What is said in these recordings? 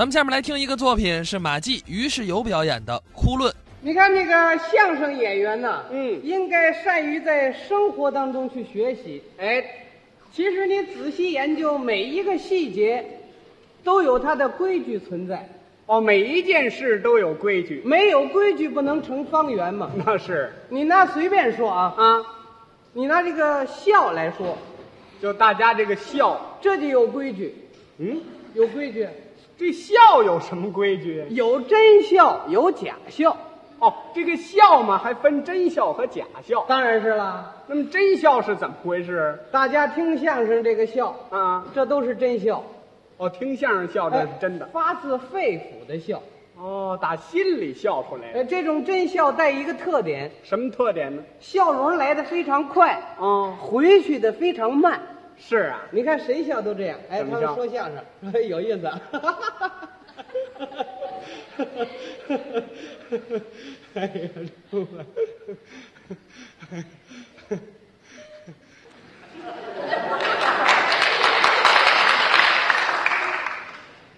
咱们下面来听一个作品，是马季、于世友表演的《哭论》。你看这个相声演员呢，嗯应该善于在生活当中去学习。哎，其实你仔细研究每一个细节，都有它的规矩存在。哦，每一件事都有规矩， 没有规矩不能成方圆嘛。那是你拿随便说啊，啊，你拿这个笑来说，就大家这个笑，这就有规矩，嗯，有规矩，这笑有什么规矩？有真笑，有假笑，哦，这个笑嘛，还分真笑和假笑。当然是啦。那么真笑是怎么回事大家听相声这个笑，啊？这都是真笑，哦，听相声笑这是真的哎，发自肺腑的笑。哦，打心里笑出来。呃，这种真笑带一个特点，什么特点呢？笑容来得非常快，哦，回去的非常慢。是啊， 你看谁笑都这样，哎，怎他么们笑说相声有意思 啊。哎呀，出来！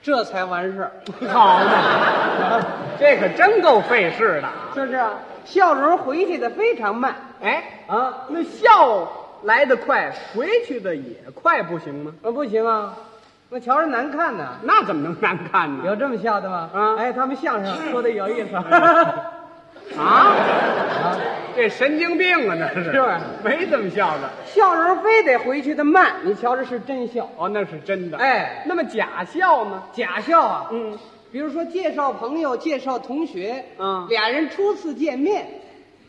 这才完事儿，好嘛，这可真够费事的啊。是不是啊？笑容回去的非常慢哎，啊，那笑来得快，回去的也快，不行吗？那不行啊，那瞧着难看呐。那怎么能难看有呢？这么笑的吗？啊哎，他们相 声说的有意思啊，啊，啊这神经病啊，那是是吧没怎么笑的。笑容非得回去的慢，你瞧着是真笑。哦，那是真的。，哎，那么假笑呢？假笑啊，嗯，比如说介绍朋友、介绍同学，嗯俩人初次见面，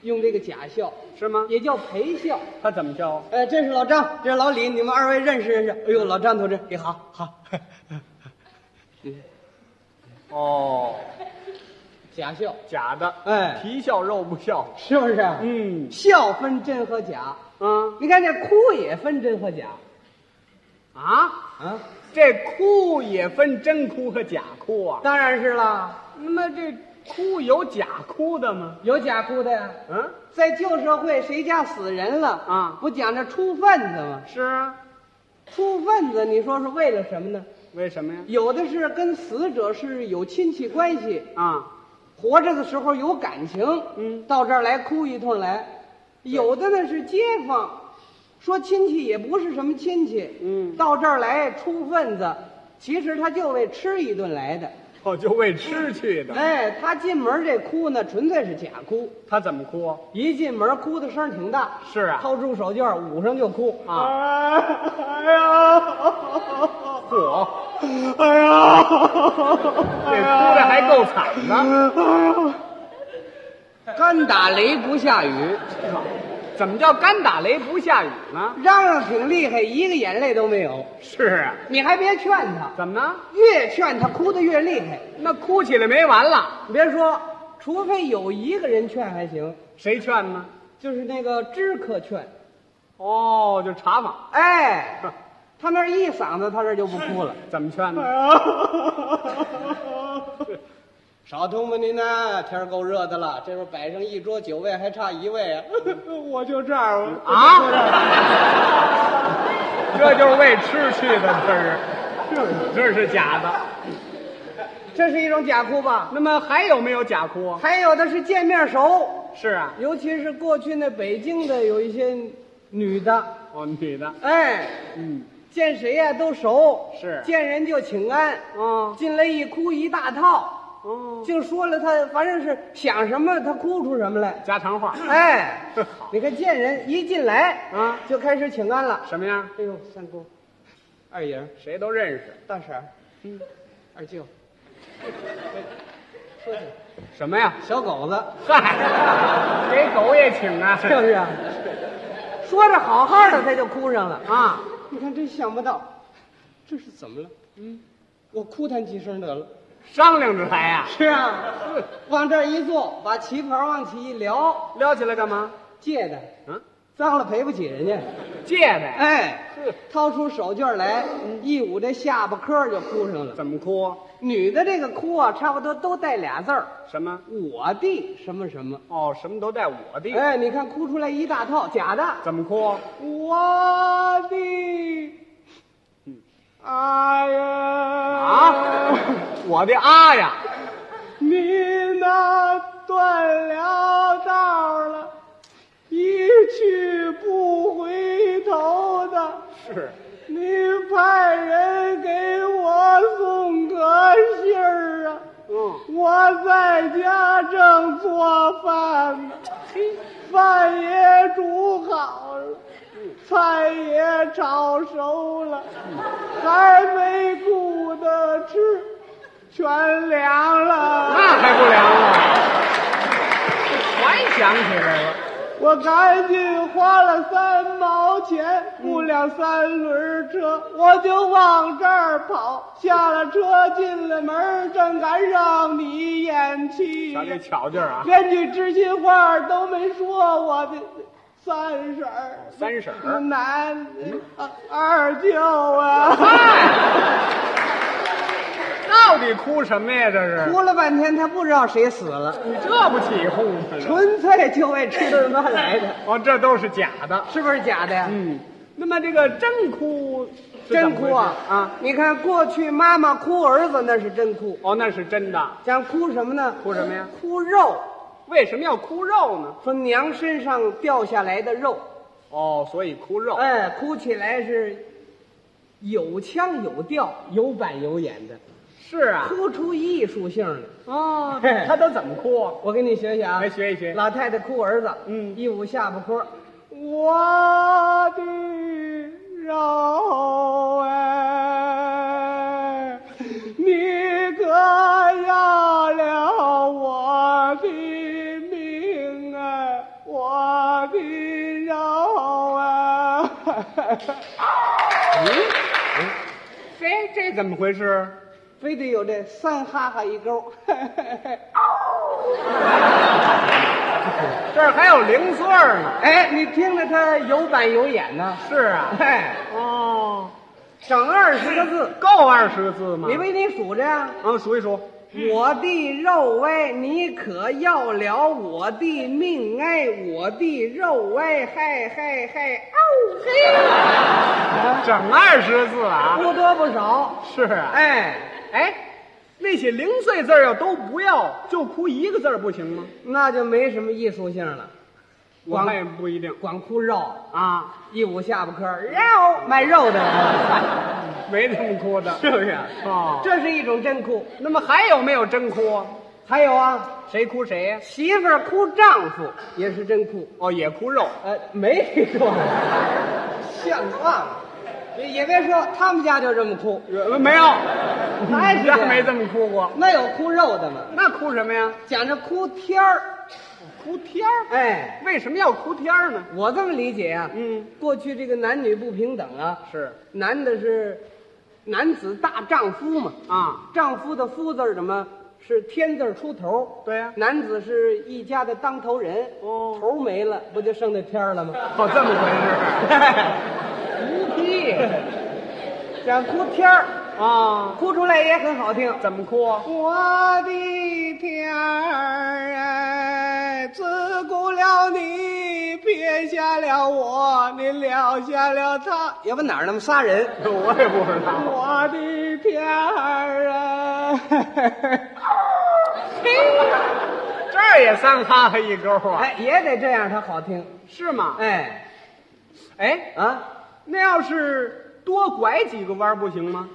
用这个假笑，是吗？也叫陪笑。他怎么 笑？呃，这是老张，这是老李，你们二位认识认识。哎呦，老张同志，你好，好，哦，假笑，假的。哎皮笑肉不笑。是不是？啊嗯笑分真和假，啊你看这哭也分真和假啊，啊，这哭也分真哭和假哭啊。当然是啦，那么这哭有假哭的吗？有假哭的呀。嗯、在旧社会，谁家死人了啊不讲这出分子吗？是啊。出分子，你说是为了什么呢？为什么呀？有的是跟死者是有亲戚关系，啊。活着的时候有感情，嗯到这儿来哭一通来；有的呢是街坊，说亲戚也不是什么亲戚，嗯到这儿来出份子，其实他就为吃一顿来的。哦，就为吃去的。哎，他进门这哭呢，纯粹是假哭，他怎么哭啊？一进门哭的声儿挺大，是啊掏出手绢儿捂上就哭啊！哎呀，火！哎呀，哎这哭的还够惨呢。干打雷不下雨，怎么叫干打雷不下雨呢？嚷嚷挺厉害，一个眼泪都没有。是啊，你还别劝他，怎么呢？越劝他哭得越厉害。那哭起来没完了？你别说，除非有一个人劝还行，谁劝呢？就是那个知客劝。哦，就查访。哎，他那儿一嗓子，他这就不哭了。怎么劝呢？ 少通吧您呢，天儿够热的了，这边摆上一桌九位，还差一位啊。我就这样啊，这就是为吃去的，这是，这是假的。这是一种假哭吧？那么还有没有假哭啊？还有的是见面熟，是啊，尤其是过去那北京的有一些女的，哦，女的，哎，嗯，见谁呀、都熟，是见人就请安，哦，进来一哭一大套。哦，就说了他，反正是想什么他哭出什么来。家常话， 哎好，你看见人一进来啊就开始请安了。什么样？哎呦，三姑、二姨、谁都认识。大婶儿，二舅，说去，什么呀？小狗子，嗨，给狗也请啊！ 就是啊，说着好好的他就哭上了。啊，你看真想不到，这是怎么了？嗯，我哭弹几声得了。商量着来呀、 是啊， 往这儿一坐，把旗袍往起一撩，撩起来干嘛？借的嗯，脏了赔不起人家。借呗。哎是，掏出手绢来，一捂这下巴颏儿就哭上了。怎么哭？女的这个哭啊，差不多都带俩字儿什么“？我的什么什么哦，什么都带我”。的。哎，你看哭出来一大套，假的。怎么哭？我的，哎呀！嗯啊， 我的啊呀，你那断了道了，一去不回头的，是你派人给我送个信儿啊！嗯，我在家正做饭呢，饭也煮好了，菜也炒熟了，还没顾得吃，全凉了。那还不凉啊？还想起来了，我赶紧花了三毛钱雇辆三轮车，我就往这儿跑。下了车，进了门，正赶上你咽气瞧呀。这巧劲儿啊！连句知心话都没说，我的三婶儿、嗯三婶儿，男二二舅啊，嗨，到底哭什么呀？这是，哭了半天，他不知道谁死了，你这不起哄吗？纯粹就为吃顿饭来的，哦，这都是假的。是不是假的呀？嗯，那么这个真哭是怎真么回事哭啊！啊！你看过去妈妈哭儿子那是真哭，哦，那是真的。想哭什么呢？哭什么呀？哭肉，为什么要哭肉呢？从娘身上掉下来的肉，哦，所以哭肉。哎，哭起来是有腔有调、有板有眼的。是啊。哭出艺术性来。 哦嘿他都怎么哭啊？我给你学学啊，来学一学老太太哭儿子，嗯一捂下巴颏，我的肉哎，你可要了我的命哎，我的肉哎。这这怎么回事？非得有这三哈哈一勾， 这儿还有零碎儿呢。哎，你听着他有板有眼呢、是啊。哎，哦，整二十个字，够二十个字吗？你为你数着呀、嗯，数一数。我的肉哎，你可要了我的命哎，我的肉哎，嗨嗨嗨，哦整二十个字嘿，啊。不多不少，是啊。哎哎，哎。那些零碎字儿要都不要，就哭一个字儿不行吗？那就没什么艺术性了，我光看也不一定光哭肉，啊。一捂下巴颏儿，肉卖肉的人，没这么哭的，是不 是？哦，这是一种真哭。那么还有没有真哭？还有啊，谁哭谁呀、媳妇儿哭丈夫也是真哭，哦，也哭肉。呃，没听说过，像话吗？也别说，他们家就这么哭。呃没 有，那 是家没这么哭过。那有哭肉的吗？那哭什么呀？讲着哭天儿，哭天儿。哎，为什么要哭天儿呢？我这么理解啊，嗯，过去这个男女不平等啊，是男的是男子大丈夫嘛，啊，丈夫的夫字儿怎么是天字儿出头？对呀男子是一家的当头人，哦头没了不就剩那天儿了吗？哦，这么回无 屁，讲哭天儿，事啊？哭出来也很好听。怎么哭？啊我的天儿哎，自顾了你，撇下了我，你撂下了他，要不哪儿那么仨人？ 我也不知道。我的天儿啊哎， 这儿也三哈哈一勾啊？ 哎，也得这样，它好听。是吗？ 哎，哎，啊，那要是多拐几个弯儿不行吗？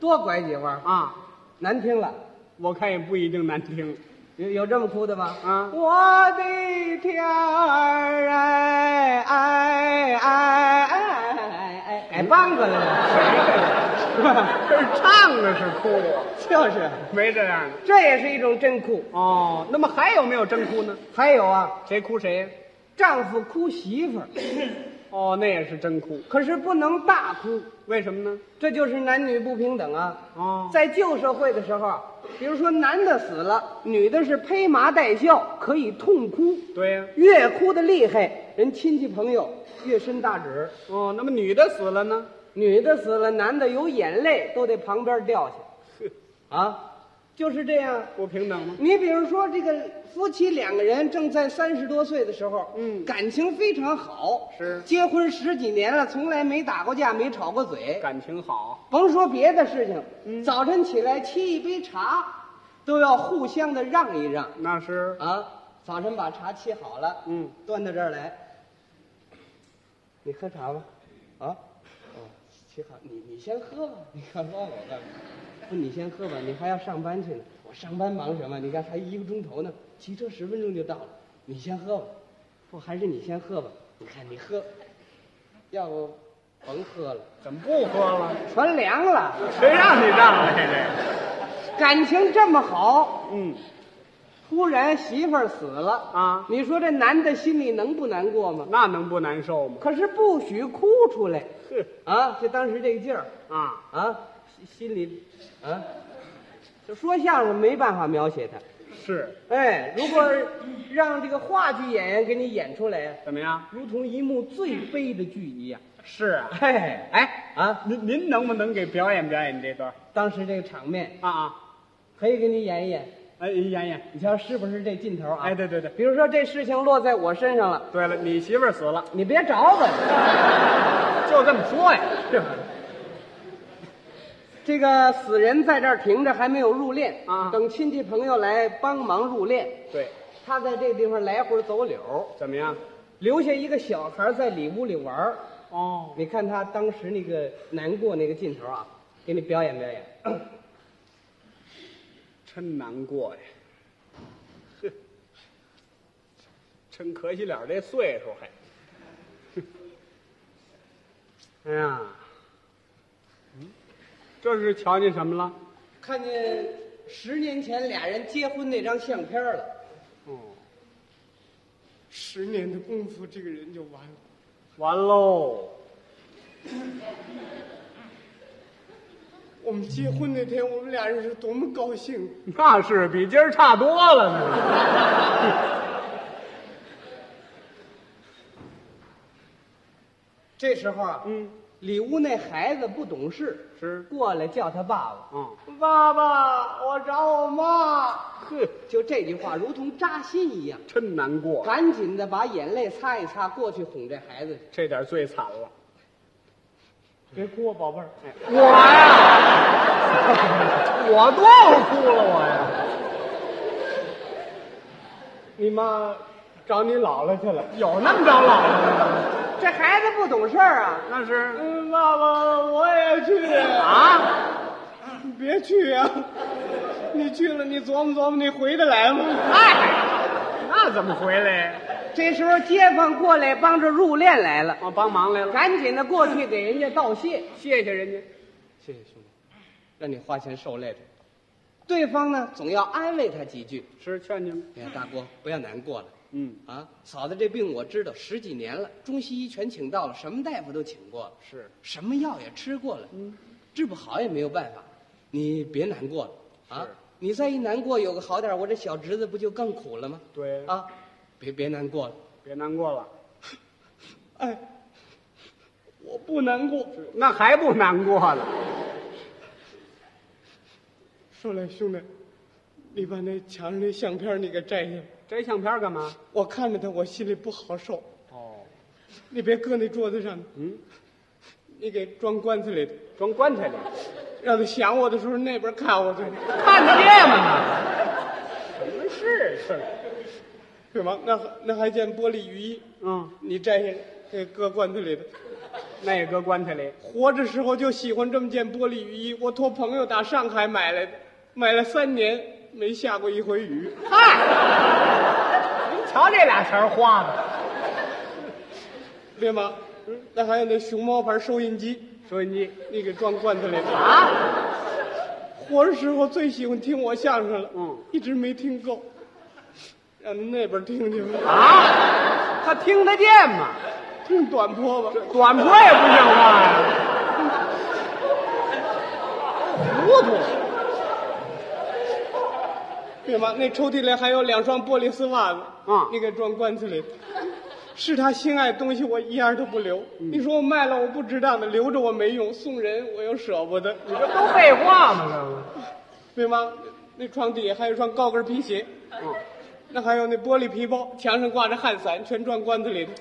多拐几弯儿，啊，难听了。我看也不一定难 听。有有这么哭的吗？啊我的天儿哎哎哎哎哎哎哎哎，梆子了， 这是唱的是哭，就是，没这样的。这也是一种真哭。哦，那么还有没有真哭呢？还有啊，谁哭谁？丈夫哭媳妇儿，哦，那也是真哭，可是不能大哭，为什么呢？这就是男女不平等啊。哦，在旧社会的时候，比如说男的死了，女的是披麻戴孝，可以痛哭，对呀、越哭的厉害，人亲戚朋友越伸大指。哦，那么女的死了呢？ 女的死了，男的有眼泪都得旁边掉下，啊，就是这样。不平等吗？你比如说，这个夫妻两个人正在三十多岁的时候，嗯感情非常好，是结婚十几年了，从来没打过架，没吵过嘴，感情好，甭说别的事情，早晨起来沏一杯茶，都要互相的让一让那是啊。早晨把茶沏好了，嗯，端到这儿来，你喝茶吧，啊，哦，沏好，你你先喝吧，你干嘛我干嘛？不，你先喝吧，你还要上班去呢。我上班忙什么？你看还一个钟头呢，骑车十分钟就到了。你先喝吧，不还是你先喝吧？你看你喝，要不甭喝了，怎么不喝了？全凉了。谁让你让来的？感情这么好，嗯，突然媳妇儿死了啊你说这男的心里能不难过吗？那能不难受吗？ 可是不许哭出来哼啊！就当时这个劲儿啊，啊，心心里啊，就说相声没办法描写他。是哎，如果让这个话剧演员给你演出来，怎么样？如同一幕最悲的剧一样。是啊，嘿，哎啊，您您能不能给表演表演这段？当时这个场面啊啊，可以给你演一演，哎，演演。你瞧是不是这劲头啊？哎，对对对，比如说这事情落在我身上了。对了，你媳妇儿死了，你别找我， 就这么说呀。这 这个死人在这儿停着，还没有入殓啊等亲戚朋友来帮忙入殓，对，他在这地方来回走柳，怎么样？留下一个小孩在里屋里玩儿哦，你看他当时那个难过那个劲头啊，给你表演表演。 真难过呀。哼，真可惜了，这岁数还。哎呀，嗯这是瞧见什么了？看见十年前俩人结婚那张相片了，哦，十年的功夫，这个人就完了。完喽。我们结婚那天，我们俩人是多么高兴！那是比今儿差多了呢。这时候啊，嗯，里屋那孩子不懂事，是，过来叫他爸爸。嗯，爸爸，我找我妈。呵，就这句话，如同扎心一样，真难过，赶紧的把眼泪擦一擦，过去哄这孩子去。这点最惨了。别哭啊，宝贝儿。我呀，我多少哭了我呀？你妈找你姥姥去了。有那么着老了吗？这孩子不懂事儿啊。 那是嗯，爸爸，我也去。啊，你别去啊呀、你去了，你琢磨琢磨，你回得来吗？哎，那怎么回来呀？这时候街坊过来帮着入殓来了，我帮忙来了，赶紧的过去给人家道谢。谢谢人家。谢谢兄弟，让你花钱受累了。对方呢，总要安慰他几句。是劝你们，哎呀，大哥，不要难过了嗯，啊！嫂子这病我知道十几年了，中西医全请到了，什么大夫都请过了，是什么药也吃过了，治不好也没有办法。你别难过了啊是！你再一难过，有个好点儿，我这小侄子不就更苦了吗？对，啊，别别难过了。别难过了，哎，我不难过。那还不难过了？说来，兄弟，你把那墙上那相片你给摘下来。摘相片干嘛？我看着他，我心里不好受。哦，你别搁那桌子上，嗯，你给装棺材里头，装棺材里，让他想我的时候那边看我去，看得见吗？什么事是？对吗？那那还件玻璃雨衣，嗯，你摘下来给搁棺材里头。那也搁棺材里。活着时候就喜欢这么件玻璃雨衣，我托朋友打上海买来的，买了三年没下过一回雨。嗨，您瞧这俩词儿花的，对吗？嗯，那还有那熊猫牌收音机，收音机你给装罐子里头。啊，活着时候最喜欢听我相声了，嗯，一直没听够，让您那边听听吧，啊，他听得见吗？听短坡吧。短波也不像话呀，糊涂，对吗？那抽屉里还有两双玻璃丝袜子，嗯你给装棺材里。是他心爱的东西，我一样都不留。嗯你说我卖了，我不值当的，留着我没用，送人我又舍不得，你这不废话吗？对吗？那床底下还有双高跟皮鞋，嗯，那还有那玻璃皮包，墙上挂着汗伞，全撞棺材里头。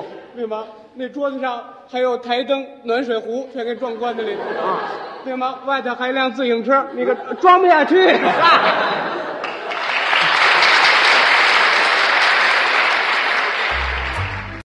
嚯对吗？那桌子上还有台灯、暖水壶，全给撞棺材里了，啊！对吗？外头还一辆自行车，那个装不下去。嗨